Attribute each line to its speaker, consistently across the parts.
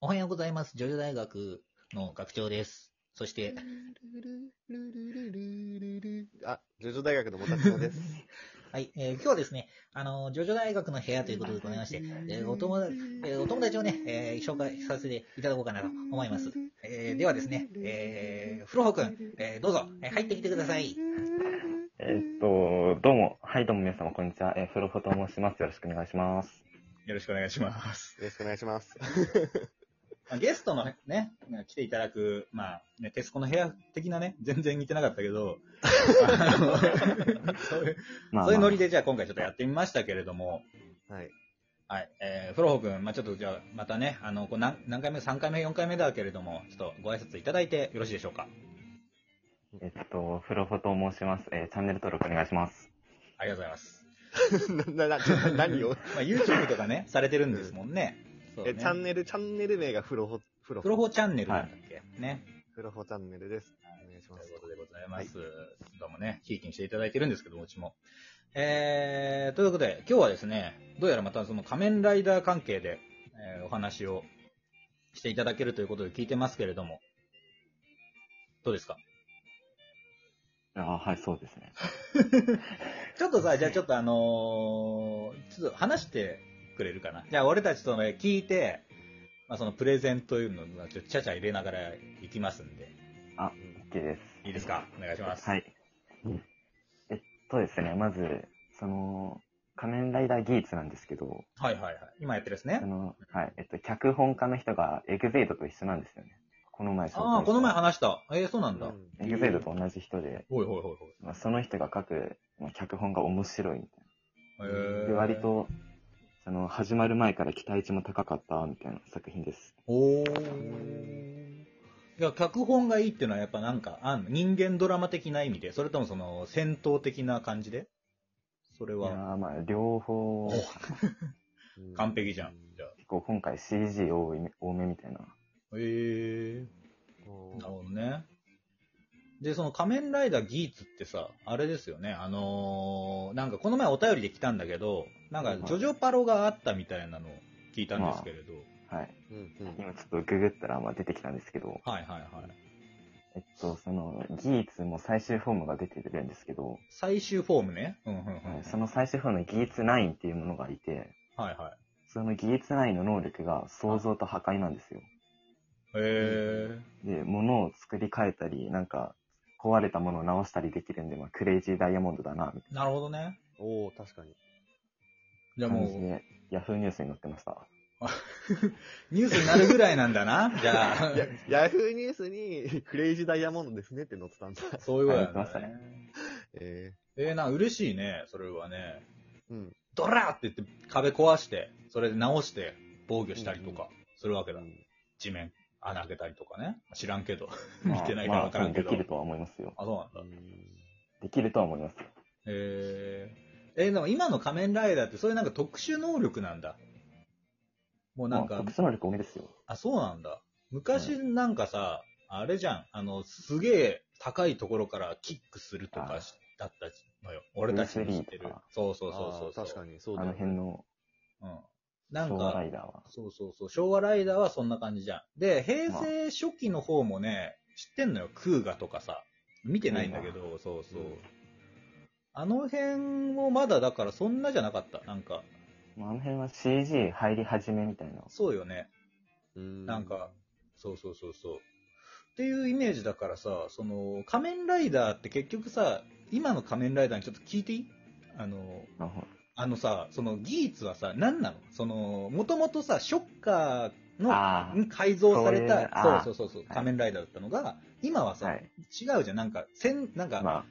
Speaker 1: おはようございます。ジョジョ大学の学長です。そして、
Speaker 2: あ、ジョジョ大学のもたちのです。
Speaker 1: はい、えー今日はですね、あの、ジョジョ大学の部屋ということでございまして、えーお友達えーお友達をね、えー紹介させていただこうかなと思います。えーではですね、えー、フロホ君、えーどうぞ、えー入ってきてください。
Speaker 3: えーっと、どうも、はい、どうも皆様、こんにちは。えー、フロフと申します。よろしくお願いします。
Speaker 1: よろしくお願いします。
Speaker 2: よろしくお願いします。
Speaker 1: ゲストのね、来ていただく、まあ、ね、テスコの部屋的なね、全然似てなかったけ ど、あのそういう
Speaker 3: ま
Speaker 1: そういうノリで、じゃあ今回ちょっとやってみましたけれども、
Speaker 2: はい。
Speaker 1: はい、えー、フロホ君、まあ、ちょっとじゃあ、またね、あの、こう何何回目、3回目、4回目だけれども、ちょっとご挨拶いただいてよろしいでしょうか。
Speaker 3: えーっと、フロフと申します。えーチャンネル登録お願いします。
Speaker 1: ありがとうございます。
Speaker 2: な、な、な 何を
Speaker 1: まあ、YouTube とか ね、されてるんですもんね。そうね
Speaker 2: え、チャンネル、チャンネル名がフロホ、フロ
Speaker 1: フ
Speaker 2: ホ、
Speaker 1: ロホチャンネルなんだっけ、ね。
Speaker 2: フロホチャンネルです。お願いし
Speaker 1: と
Speaker 2: ま
Speaker 1: い
Speaker 2: す
Speaker 1: う。ことでございます。どうもね、ひいきにしていただいてるんですけども、うちも。えー、ということで、今日はですね、どうやらまたその仮面ライダー関係で、えーお話をしていただけるということで聞いてますけれども、どうですか
Speaker 3: あーはい、そうですね。
Speaker 1: ちょっとさ、じゃあちょっとあのーちょっと話してくれるかな。じゃあ俺たちとね、聞いて、まあ、そのプレゼンというのをちょっとちゃちゃ入れながらいきますんで、
Speaker 3: OK です。
Speaker 1: いいですかお願いします。
Speaker 3: はい。えっとですね、まず、その、仮面ライダーギーツなんですけど、
Speaker 1: はいはいはい。今やってるですね。
Speaker 3: あの、はい、えっと、脚本家の人がエグゼイドと一緒なんですよね。この前紹介した
Speaker 1: ああ、この前話した。えー、そうなんだ。
Speaker 3: エグゼイドと同じ人で、
Speaker 1: ほいほいほいほい。
Speaker 3: まあ、その人が書く、まあ、脚本が面白いみたい
Speaker 1: へ
Speaker 3: な。
Speaker 1: ー
Speaker 3: で、割。と、その、始まる前から期待値も高かった、みたいな作品です。
Speaker 1: おーいや、脚本がいいっていうのはやっぱなんか、あんの人間ドラマ的な意味で、それともその、戦闘的な感じでそれ
Speaker 3: いや
Speaker 1: は、
Speaker 3: ーまあ、両方、
Speaker 1: お
Speaker 3: 結
Speaker 2: うん
Speaker 1: 完璧じゃん。じゃあ。
Speaker 3: 構今回 CG 多いめ多めみたいな。
Speaker 1: ええ
Speaker 2: お
Speaker 1: ー。
Speaker 2: ー
Speaker 1: なるほどね。で、その仮面ライダーギーツってさ、あれですよね、あのーなんかこの前お便りで来たんだけど、なんか、ジョジョパロがあったみたいなのを聞いたんですけれど、
Speaker 3: はい。
Speaker 2: うんうん
Speaker 3: 今ちょっとググったらまあ出てきたんですけど、
Speaker 1: はいはいはい。
Speaker 3: えっと、その、ギーツも最終フォームが出てるんですけど、
Speaker 1: 最終フォームね。うんうんうん。
Speaker 3: はいその最終フォームのギーツ9っていうものがいて、
Speaker 1: はいはい。
Speaker 3: そのギーツ9の能力が創造と破壊なんですよ。
Speaker 1: へえ。
Speaker 3: で、物を作り変えたり、なんか、壊れたものを直したりできるんで、まあ、クレイジーダイヤモンドだな、みたい
Speaker 1: なるほどね。
Speaker 2: おー、確かに。
Speaker 1: じゃあ
Speaker 3: な
Speaker 1: も
Speaker 3: 感じ
Speaker 1: う、
Speaker 3: で、ヤフーニュースに載ってました。
Speaker 1: ニュースになるぐらいなんだ な。じゃあ、
Speaker 2: ヤフーニュースに、クレイジーダイヤモンドですねって載ってたんだ。
Speaker 1: そういうことや
Speaker 3: はい言ってました
Speaker 1: ね
Speaker 3: ね。
Speaker 2: え
Speaker 1: えー、な、嬉しいね、それはね。
Speaker 2: ー。うん。
Speaker 1: ドラーって言って壁壊して、それで直して防御したりとかするわけだ。地面穴開けたりとかね。知らんけど。 見てないからわからんけど
Speaker 3: まあまあできるとは思いますよ。
Speaker 1: あ、そうなん
Speaker 2: う
Speaker 1: だ。
Speaker 2: ん
Speaker 3: できるとは思います。
Speaker 1: へえー。えー、でも今の仮面ライダーってそういうなんか特殊能力なんだ。もうなん
Speaker 3: まあ
Speaker 1: か、
Speaker 3: 特殊能力多めですよ。
Speaker 1: あ、そうなんだ。昔なんかさ、あれじゃん、あの、すげえ高いところからキックするとかしだったのよ。俺たちの知って
Speaker 3: ブルースリー
Speaker 1: る
Speaker 3: とか。
Speaker 1: そうそうそうそ
Speaker 2: あ
Speaker 1: う
Speaker 2: ー確かに、そう
Speaker 3: あ
Speaker 2: だよ
Speaker 3: の
Speaker 2: ね
Speaker 3: 辺の
Speaker 1: うん。な
Speaker 3: 昭
Speaker 1: ん
Speaker 3: 和ラ
Speaker 1: か、
Speaker 3: イダーは。
Speaker 1: そうそうそう、昭和ライダーはそんな感じじゃん。で、平成初期の方もね、知ってんのよ、クーガとかさ。見てないんだけど、そうそう。
Speaker 2: うん
Speaker 1: あの辺もまだだからそんなじゃなかった。なんか、
Speaker 3: まあ、あの辺は CG 入り始めみたいな。
Speaker 1: そうよね。
Speaker 2: うん
Speaker 1: なんか、そうそうそうそう。っていうイメージだからさ、その、仮面ライダーって結局さ、今の仮面ライダーにちょっと聞いていいあの、
Speaker 3: あほ
Speaker 1: あのさ、その技術はさ、何なのその、もともとさ、ショッカーの
Speaker 3: あー
Speaker 1: に改造され
Speaker 3: そういう
Speaker 1: た、
Speaker 3: あー
Speaker 1: そうそうそうそう、
Speaker 3: はい
Speaker 1: 仮面ライダーだったのが、今はさ、
Speaker 3: はい
Speaker 1: 違うじゃん。なんか、せん、なんか、
Speaker 3: ま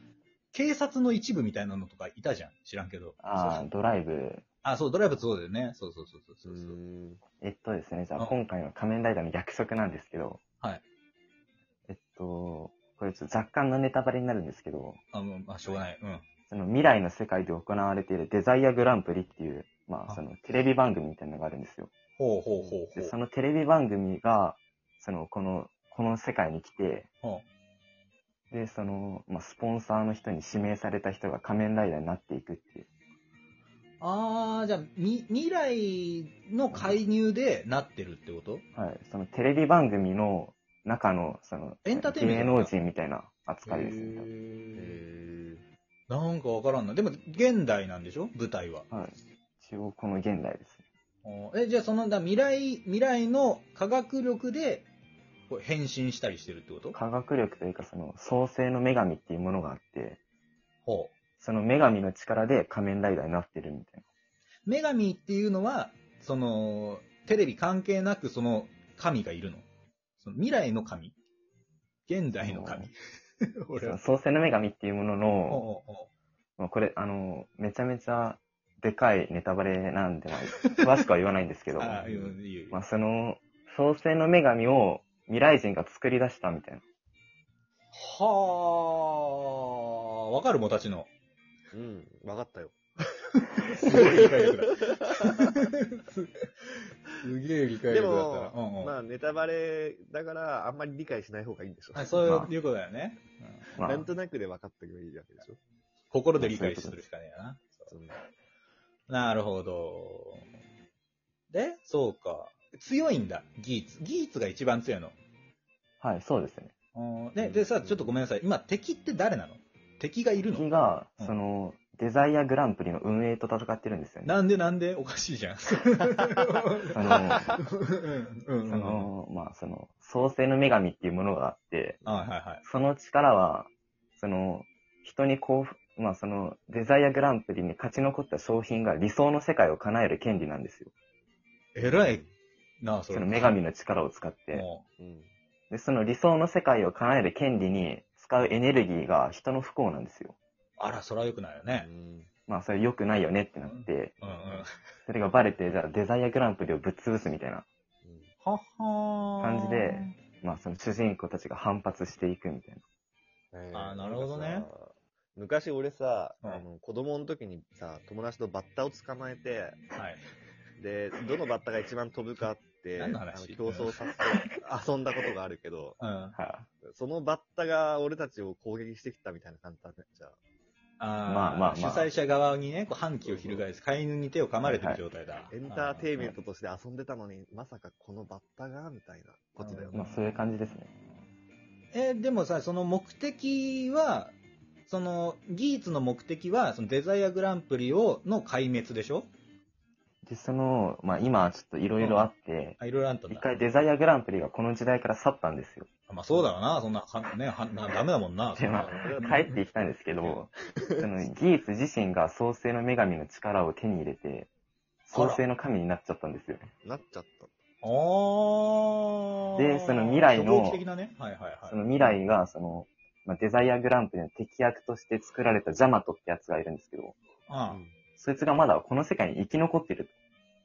Speaker 1: 警察の一部みたいなのとかいたじゃん。知らんけど。
Speaker 3: あ、あ
Speaker 1: そう
Speaker 3: ー
Speaker 1: そう
Speaker 3: ドライブ。
Speaker 1: あ、そう、ドライブそうだよね。そうそうそうそう
Speaker 2: う
Speaker 1: そうそう。
Speaker 2: ん。
Speaker 3: えっとですね、じゃ
Speaker 1: あ
Speaker 3: あ今回の仮面ライダーの役職なんですけど。
Speaker 1: はい。
Speaker 3: えっと、これちょっと若干のネタバレになるんですけど、
Speaker 1: あの、まあ、しょうがない。うん。
Speaker 3: その未来の世界で行われているデザイアグランプリっていう、ま
Speaker 1: あ
Speaker 3: あそのテレビ番組みたいなのがあるんですよ。
Speaker 1: ほうほうほうほ
Speaker 3: で、
Speaker 1: う
Speaker 3: そのテレビ番組が、その、この、この世界に来て、
Speaker 1: ほう。
Speaker 3: で、その、まあ、スポンサーの人に指名された人が仮面ライダーになっていくっていう。
Speaker 1: ああ、じゃあ、み、未来の介入でなってるってこと
Speaker 3: はい。そのテレビ番組の中の、その、
Speaker 1: エンターテインメント
Speaker 3: 芸能人みたいな扱いですね。多分
Speaker 1: へーなんかわからんな。でも、現代なんでしょ舞台は。
Speaker 3: はい。一応この現代ですね。
Speaker 1: おーえ、じゃあその、だ未来、未来の科学力で、こう変身したりしてるってこと
Speaker 3: 科学力というか、その、創世の女神っていうものがあって、
Speaker 1: ほ。
Speaker 3: その女神の力で仮面ライダーになってるみたいう
Speaker 1: 女神っていうのは、その、テレビ関係なく、その、神がいるの。その未来の神現代の神 俺
Speaker 3: な。
Speaker 1: は。
Speaker 3: その創世の女神っていうもの
Speaker 1: おうお
Speaker 3: の、
Speaker 1: うおう
Speaker 3: まあ、これ、あの、めちゃめちゃでかいネタバレなんで、まあ、 詳しくは言わないんですけど、
Speaker 1: あーいいよいいよいいよ
Speaker 3: まあ、その、創世の女神を未来人が作り出したみたいな。
Speaker 1: はあ、わかるもたちの。
Speaker 2: うん、わかっ たよ。
Speaker 1: すげえ理解力だ。すすげえ理解
Speaker 2: で
Speaker 1: 力だっ
Speaker 2: も
Speaker 1: た、な。うんうん
Speaker 2: まあ、ネタバレだから、あんまり理解しない方がいいんでしょ。
Speaker 1: あ、そういうことだよね。うん
Speaker 3: まあ
Speaker 2: なんとなくで分かってくればいいわけでしょ。
Speaker 1: 心で理解するしかねえな。
Speaker 2: その
Speaker 1: なるほど。で、そうか。強いんだ、ギーツ。ギーツが一番強いの。
Speaker 3: はい、そうですね。
Speaker 1: うんで、でさ、ちょっとごめんなさい。今、敵って誰なの敵がいる
Speaker 3: 敵
Speaker 1: の
Speaker 3: が
Speaker 1: う、ん
Speaker 3: その、デザイアグランプリの運営と戦ってるんですよね。
Speaker 1: なんでなんでおかしいじ ゃん。
Speaker 3: その、
Speaker 1: うんうんうん
Speaker 3: その、まあ、その、創世の女神っていうものがあって、
Speaker 1: あはいはい。
Speaker 3: その力は、その、人に幸福、まあ、その、デザイアグランプリに勝ち残った商品が理想の世界を叶える権利なんですよ。
Speaker 1: えらいなあ、そ
Speaker 3: そ
Speaker 1: れ。
Speaker 3: の女神の力を使って。
Speaker 1: も
Speaker 2: うん。
Speaker 3: で、その理想の世界を叶える権利に使うエネルギーが人の不幸なんですよ。
Speaker 1: うあら、そら良くないよ
Speaker 2: う
Speaker 1: ね。
Speaker 2: ん
Speaker 3: まあ、それ良くないよねってなって、
Speaker 1: うんうん。は
Speaker 3: それがバレて、じゃあデザイアグランプリをぶっ潰すみたいな。
Speaker 1: はー
Speaker 3: 感じでまあ、その主人公たちが反発していくみたい
Speaker 2: えー
Speaker 1: あーなるほどね。
Speaker 2: んかさ昔俺さ、
Speaker 1: うん
Speaker 2: あの、子供の時にさ、友達とバッタを捕まえて、
Speaker 1: はい。
Speaker 2: で、どのバッタが一番飛ぶかって、
Speaker 1: 何の
Speaker 2: あ
Speaker 1: 話
Speaker 2: の競争させて遊んだことがあるけど、
Speaker 1: うん。
Speaker 3: な。はい。
Speaker 2: そのバッタが俺たちを攻撃してきたみたいな感じだね。じゃあ。
Speaker 1: ま
Speaker 3: まあまあまあ
Speaker 1: 主催者側にね、こう反旗を翻す、飼い犬に手を噛まれてる状態だ。
Speaker 2: エンターテイメントとして遊んでたのに、まさかこのバッタがみたいなことだよね。
Speaker 3: まあ、そういう感じですね。
Speaker 1: えーでもさ、その目的は、その、ギーツの目的は、そのデザイアグランプリを、の壊滅でしょ
Speaker 3: で、その、まあ、今、ちょっといろいろあって、
Speaker 1: あ、いろいろあったん
Speaker 3: 一
Speaker 1: だ。
Speaker 3: 回デザイアグランプリがこの時代から去ったんですよ。
Speaker 1: まあそうだろうな、そんな、はね、はなダメだもんな。そ
Speaker 3: で、
Speaker 1: ん
Speaker 3: ま
Speaker 1: な
Speaker 3: あ、帰ってきたんですけど、その、ギーツ自身が創世の女神の力を手に入れて、創世の神になっちゃったんですよね。
Speaker 2: なっちゃった。
Speaker 1: おー。
Speaker 3: でその未来の
Speaker 1: 初号機的なね。はいはいはい。
Speaker 3: その未来が、その、まあ、デザイアグランプリの敵役として作られたジャマトってやつがいるんですけど、
Speaker 1: あ
Speaker 3: そいつがまだこの世界に生き残ってる。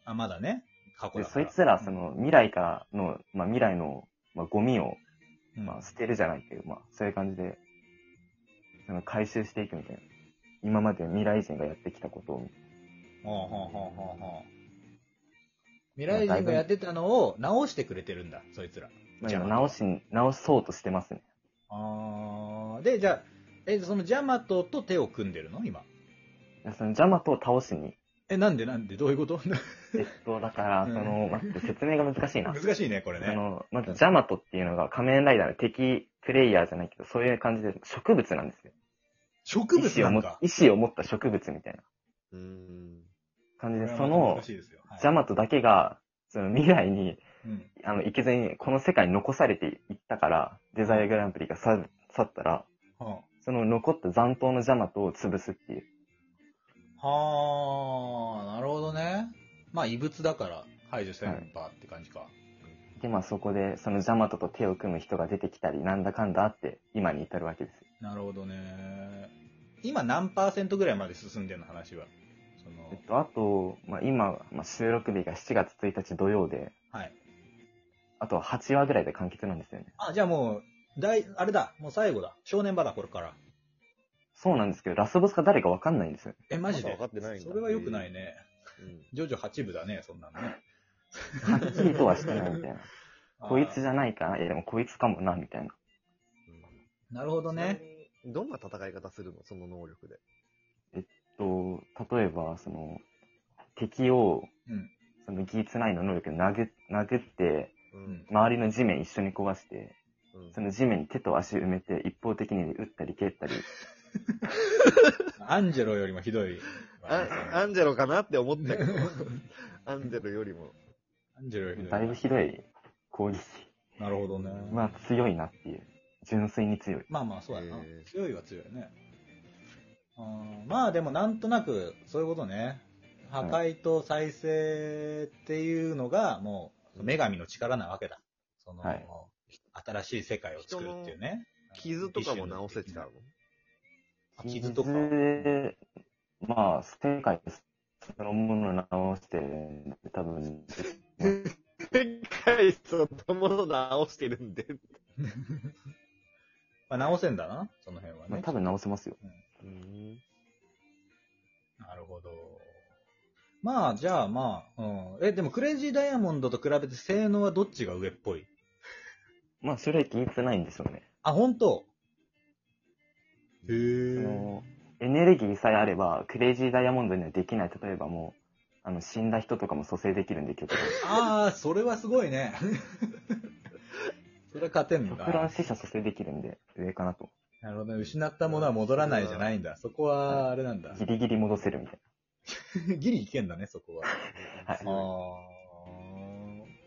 Speaker 1: あ、まだね。過去だ
Speaker 3: で、
Speaker 1: か
Speaker 3: そ
Speaker 1: ら。
Speaker 3: いつら、その、未来からの、まあ、未来の、まあ、ゴミを、
Speaker 1: うん、
Speaker 3: まあ、捨てるじゃないけど、まあ、そういう感じで、その回収していくみたいな。今まで未来人がやってきたことを、
Speaker 1: ほうほうほうほうほう。未来人がやってたのを直してくれてるんだ、そいつら。
Speaker 3: まあ、
Speaker 1: じゃあ
Speaker 3: 今直し、直そうとしてますね。
Speaker 1: あーで、じゃあ、え、そのジャマトと手を組んでるの今。
Speaker 3: そのジャマトを倒しに、
Speaker 1: え、なんでなんで どういうこと
Speaker 3: えっと、だから、
Speaker 1: うん
Speaker 3: その、待って、説明が難しいな。
Speaker 1: 難しいね、これ
Speaker 3: そ
Speaker 1: ね。
Speaker 3: の、まず、ジャマトっていうのが仮面ライダーの敵プレイヤーじゃないけど、そういう感じで植物なんですよ。
Speaker 1: 植
Speaker 3: 意
Speaker 1: 物
Speaker 3: 志を
Speaker 1: なん
Speaker 3: 持
Speaker 1: か。
Speaker 3: 意志を持った植物みたいな
Speaker 2: うん。うん。
Speaker 3: 感じで、
Speaker 1: こ
Speaker 3: そ
Speaker 1: れはまた
Speaker 3: の
Speaker 1: 難、しいですよはい
Speaker 3: ジャマトだけが、その未来に、
Speaker 1: うん
Speaker 3: あの、行けずに、この世界に残されていったから、デザイアグランプリが去る去ったら、
Speaker 1: は
Speaker 3: その残った残党のジャマトを潰すっていう。
Speaker 1: あはあ、なるほどね。まあ、異物だから排除せんばって感じか。
Speaker 3: で、まあそこで、そのジャマトと手を組む人が出てきたり、なんだかんだあって、今に至るわけですよ。
Speaker 1: なるほどね。今何パーセントぐらいまで進んでるの話は。そ
Speaker 3: えっ
Speaker 1: の、
Speaker 3: と、あと、まあ今、まあ、収録日が7月1日土曜で、
Speaker 1: はい。
Speaker 3: あとは8話ぐらいで完結なんですよね。
Speaker 1: あ、じゃあもう、大、あれだ、もう最後だ。正念場だ、これから。
Speaker 3: そうなんですけど、ラスボスが誰かわかんないんですよ。
Speaker 1: え、マジ
Speaker 2: ま
Speaker 1: で
Speaker 2: だ分かってないんだ
Speaker 1: それは良くないね。
Speaker 2: うん
Speaker 1: ジョジョ8部だね、そんなのね。
Speaker 3: はっきりとはしてないみたいな。こいつ
Speaker 1: あ
Speaker 3: じゃないかな、いやでもこいつかもな、みたいな。
Speaker 1: ーなるほどね。。
Speaker 2: うんどんな戦い方するのその能力で。
Speaker 3: えっと、例えば、その、敵を、
Speaker 1: うん
Speaker 3: そのギーツナインの能力で殴殴って、
Speaker 2: う
Speaker 1: うん
Speaker 2: ん。
Speaker 3: 周りの地面一緒に壊して、
Speaker 2: うん
Speaker 3: その地面に手と足埋めて、一方的に打ったり蹴ったり、
Speaker 1: アンジェロよりもひどい。
Speaker 2: あアンジェロかなって思ったけど、 アンジェロよりも。
Speaker 1: アンジェロよりひど
Speaker 3: だい
Speaker 1: い
Speaker 3: ぶ。ひどい攻撃。
Speaker 1: なるほどね。まあ
Speaker 3: まあ強いなっていう。純粋に強い。
Speaker 1: まあそうやな
Speaker 2: へえ。
Speaker 1: 強いは強いね。うんまあでもなんとなく、そういうことね。破壊と再生っていうのが、もう、女神の力なわけだ。その、
Speaker 3: はい
Speaker 1: 新しい世界を作るっていうね。
Speaker 2: 傷とかも直せちゃう
Speaker 1: あ傷とか。
Speaker 3: 傷まあ、世界そのものを直して、多分、
Speaker 2: の 世界そのもの直してるんで。
Speaker 1: まあ直せんだな、その辺は
Speaker 3: まあ、
Speaker 1: ね。
Speaker 3: 多分直せますよ。
Speaker 2: うん。
Speaker 1: なるほど。まあ、じゃあまあ、うん。え、でもクレイジーダイヤモンドと比べて性能はどっちが上っぽい
Speaker 3: まあ、それはギーツないんでしょうね。
Speaker 1: あ、本当へ
Speaker 3: そ
Speaker 1: え。
Speaker 3: のエネルギーさえあれば、クレイジーダイヤモンドにはできない、例えばもう、あの、死んだ人とかも蘇生できるんで、曲が。
Speaker 1: ああ、それはすごいね。それは勝てん
Speaker 3: 極論
Speaker 1: だ。
Speaker 3: 死者蘇生できるんで、上かなと。
Speaker 1: なるほどね。失ったものは戻らないじゃないんだ。そこは、あれなんだ。
Speaker 3: ギリギリ戻せるみたい
Speaker 1: ギリいけんだね、そこは。
Speaker 3: はい
Speaker 1: あ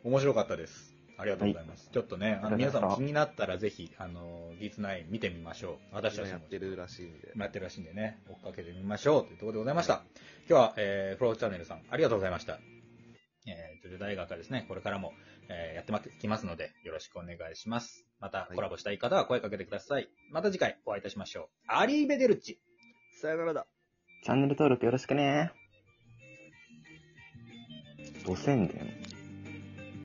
Speaker 1: ー面白かったです。ありがとうございます。ちょっとね、あの
Speaker 3: あり
Speaker 1: 皆
Speaker 3: が
Speaker 1: さん
Speaker 3: とうござい
Speaker 1: も
Speaker 3: ま
Speaker 1: 気
Speaker 3: す
Speaker 1: になったらぜひ、あの、ギーツナイン見てみましょう。私た
Speaker 2: 今
Speaker 1: ち
Speaker 2: や
Speaker 1: も
Speaker 2: ってるらしいんで。
Speaker 1: やってるらしいんでね、追っかけてみましょうというところでございました。今日は、えー、フローチャンネルさん、ありがとうございました。えー、女大学はですね、これからも、えー、やってまいきますので、よろしくお願いします。また、
Speaker 2: い
Speaker 1: コラボしたい方は声かけてください。また次回お会いいたしましょう。アリーベデルチ
Speaker 2: さよならだ。
Speaker 3: な。チャンネル登録よろしくね。5000だよな。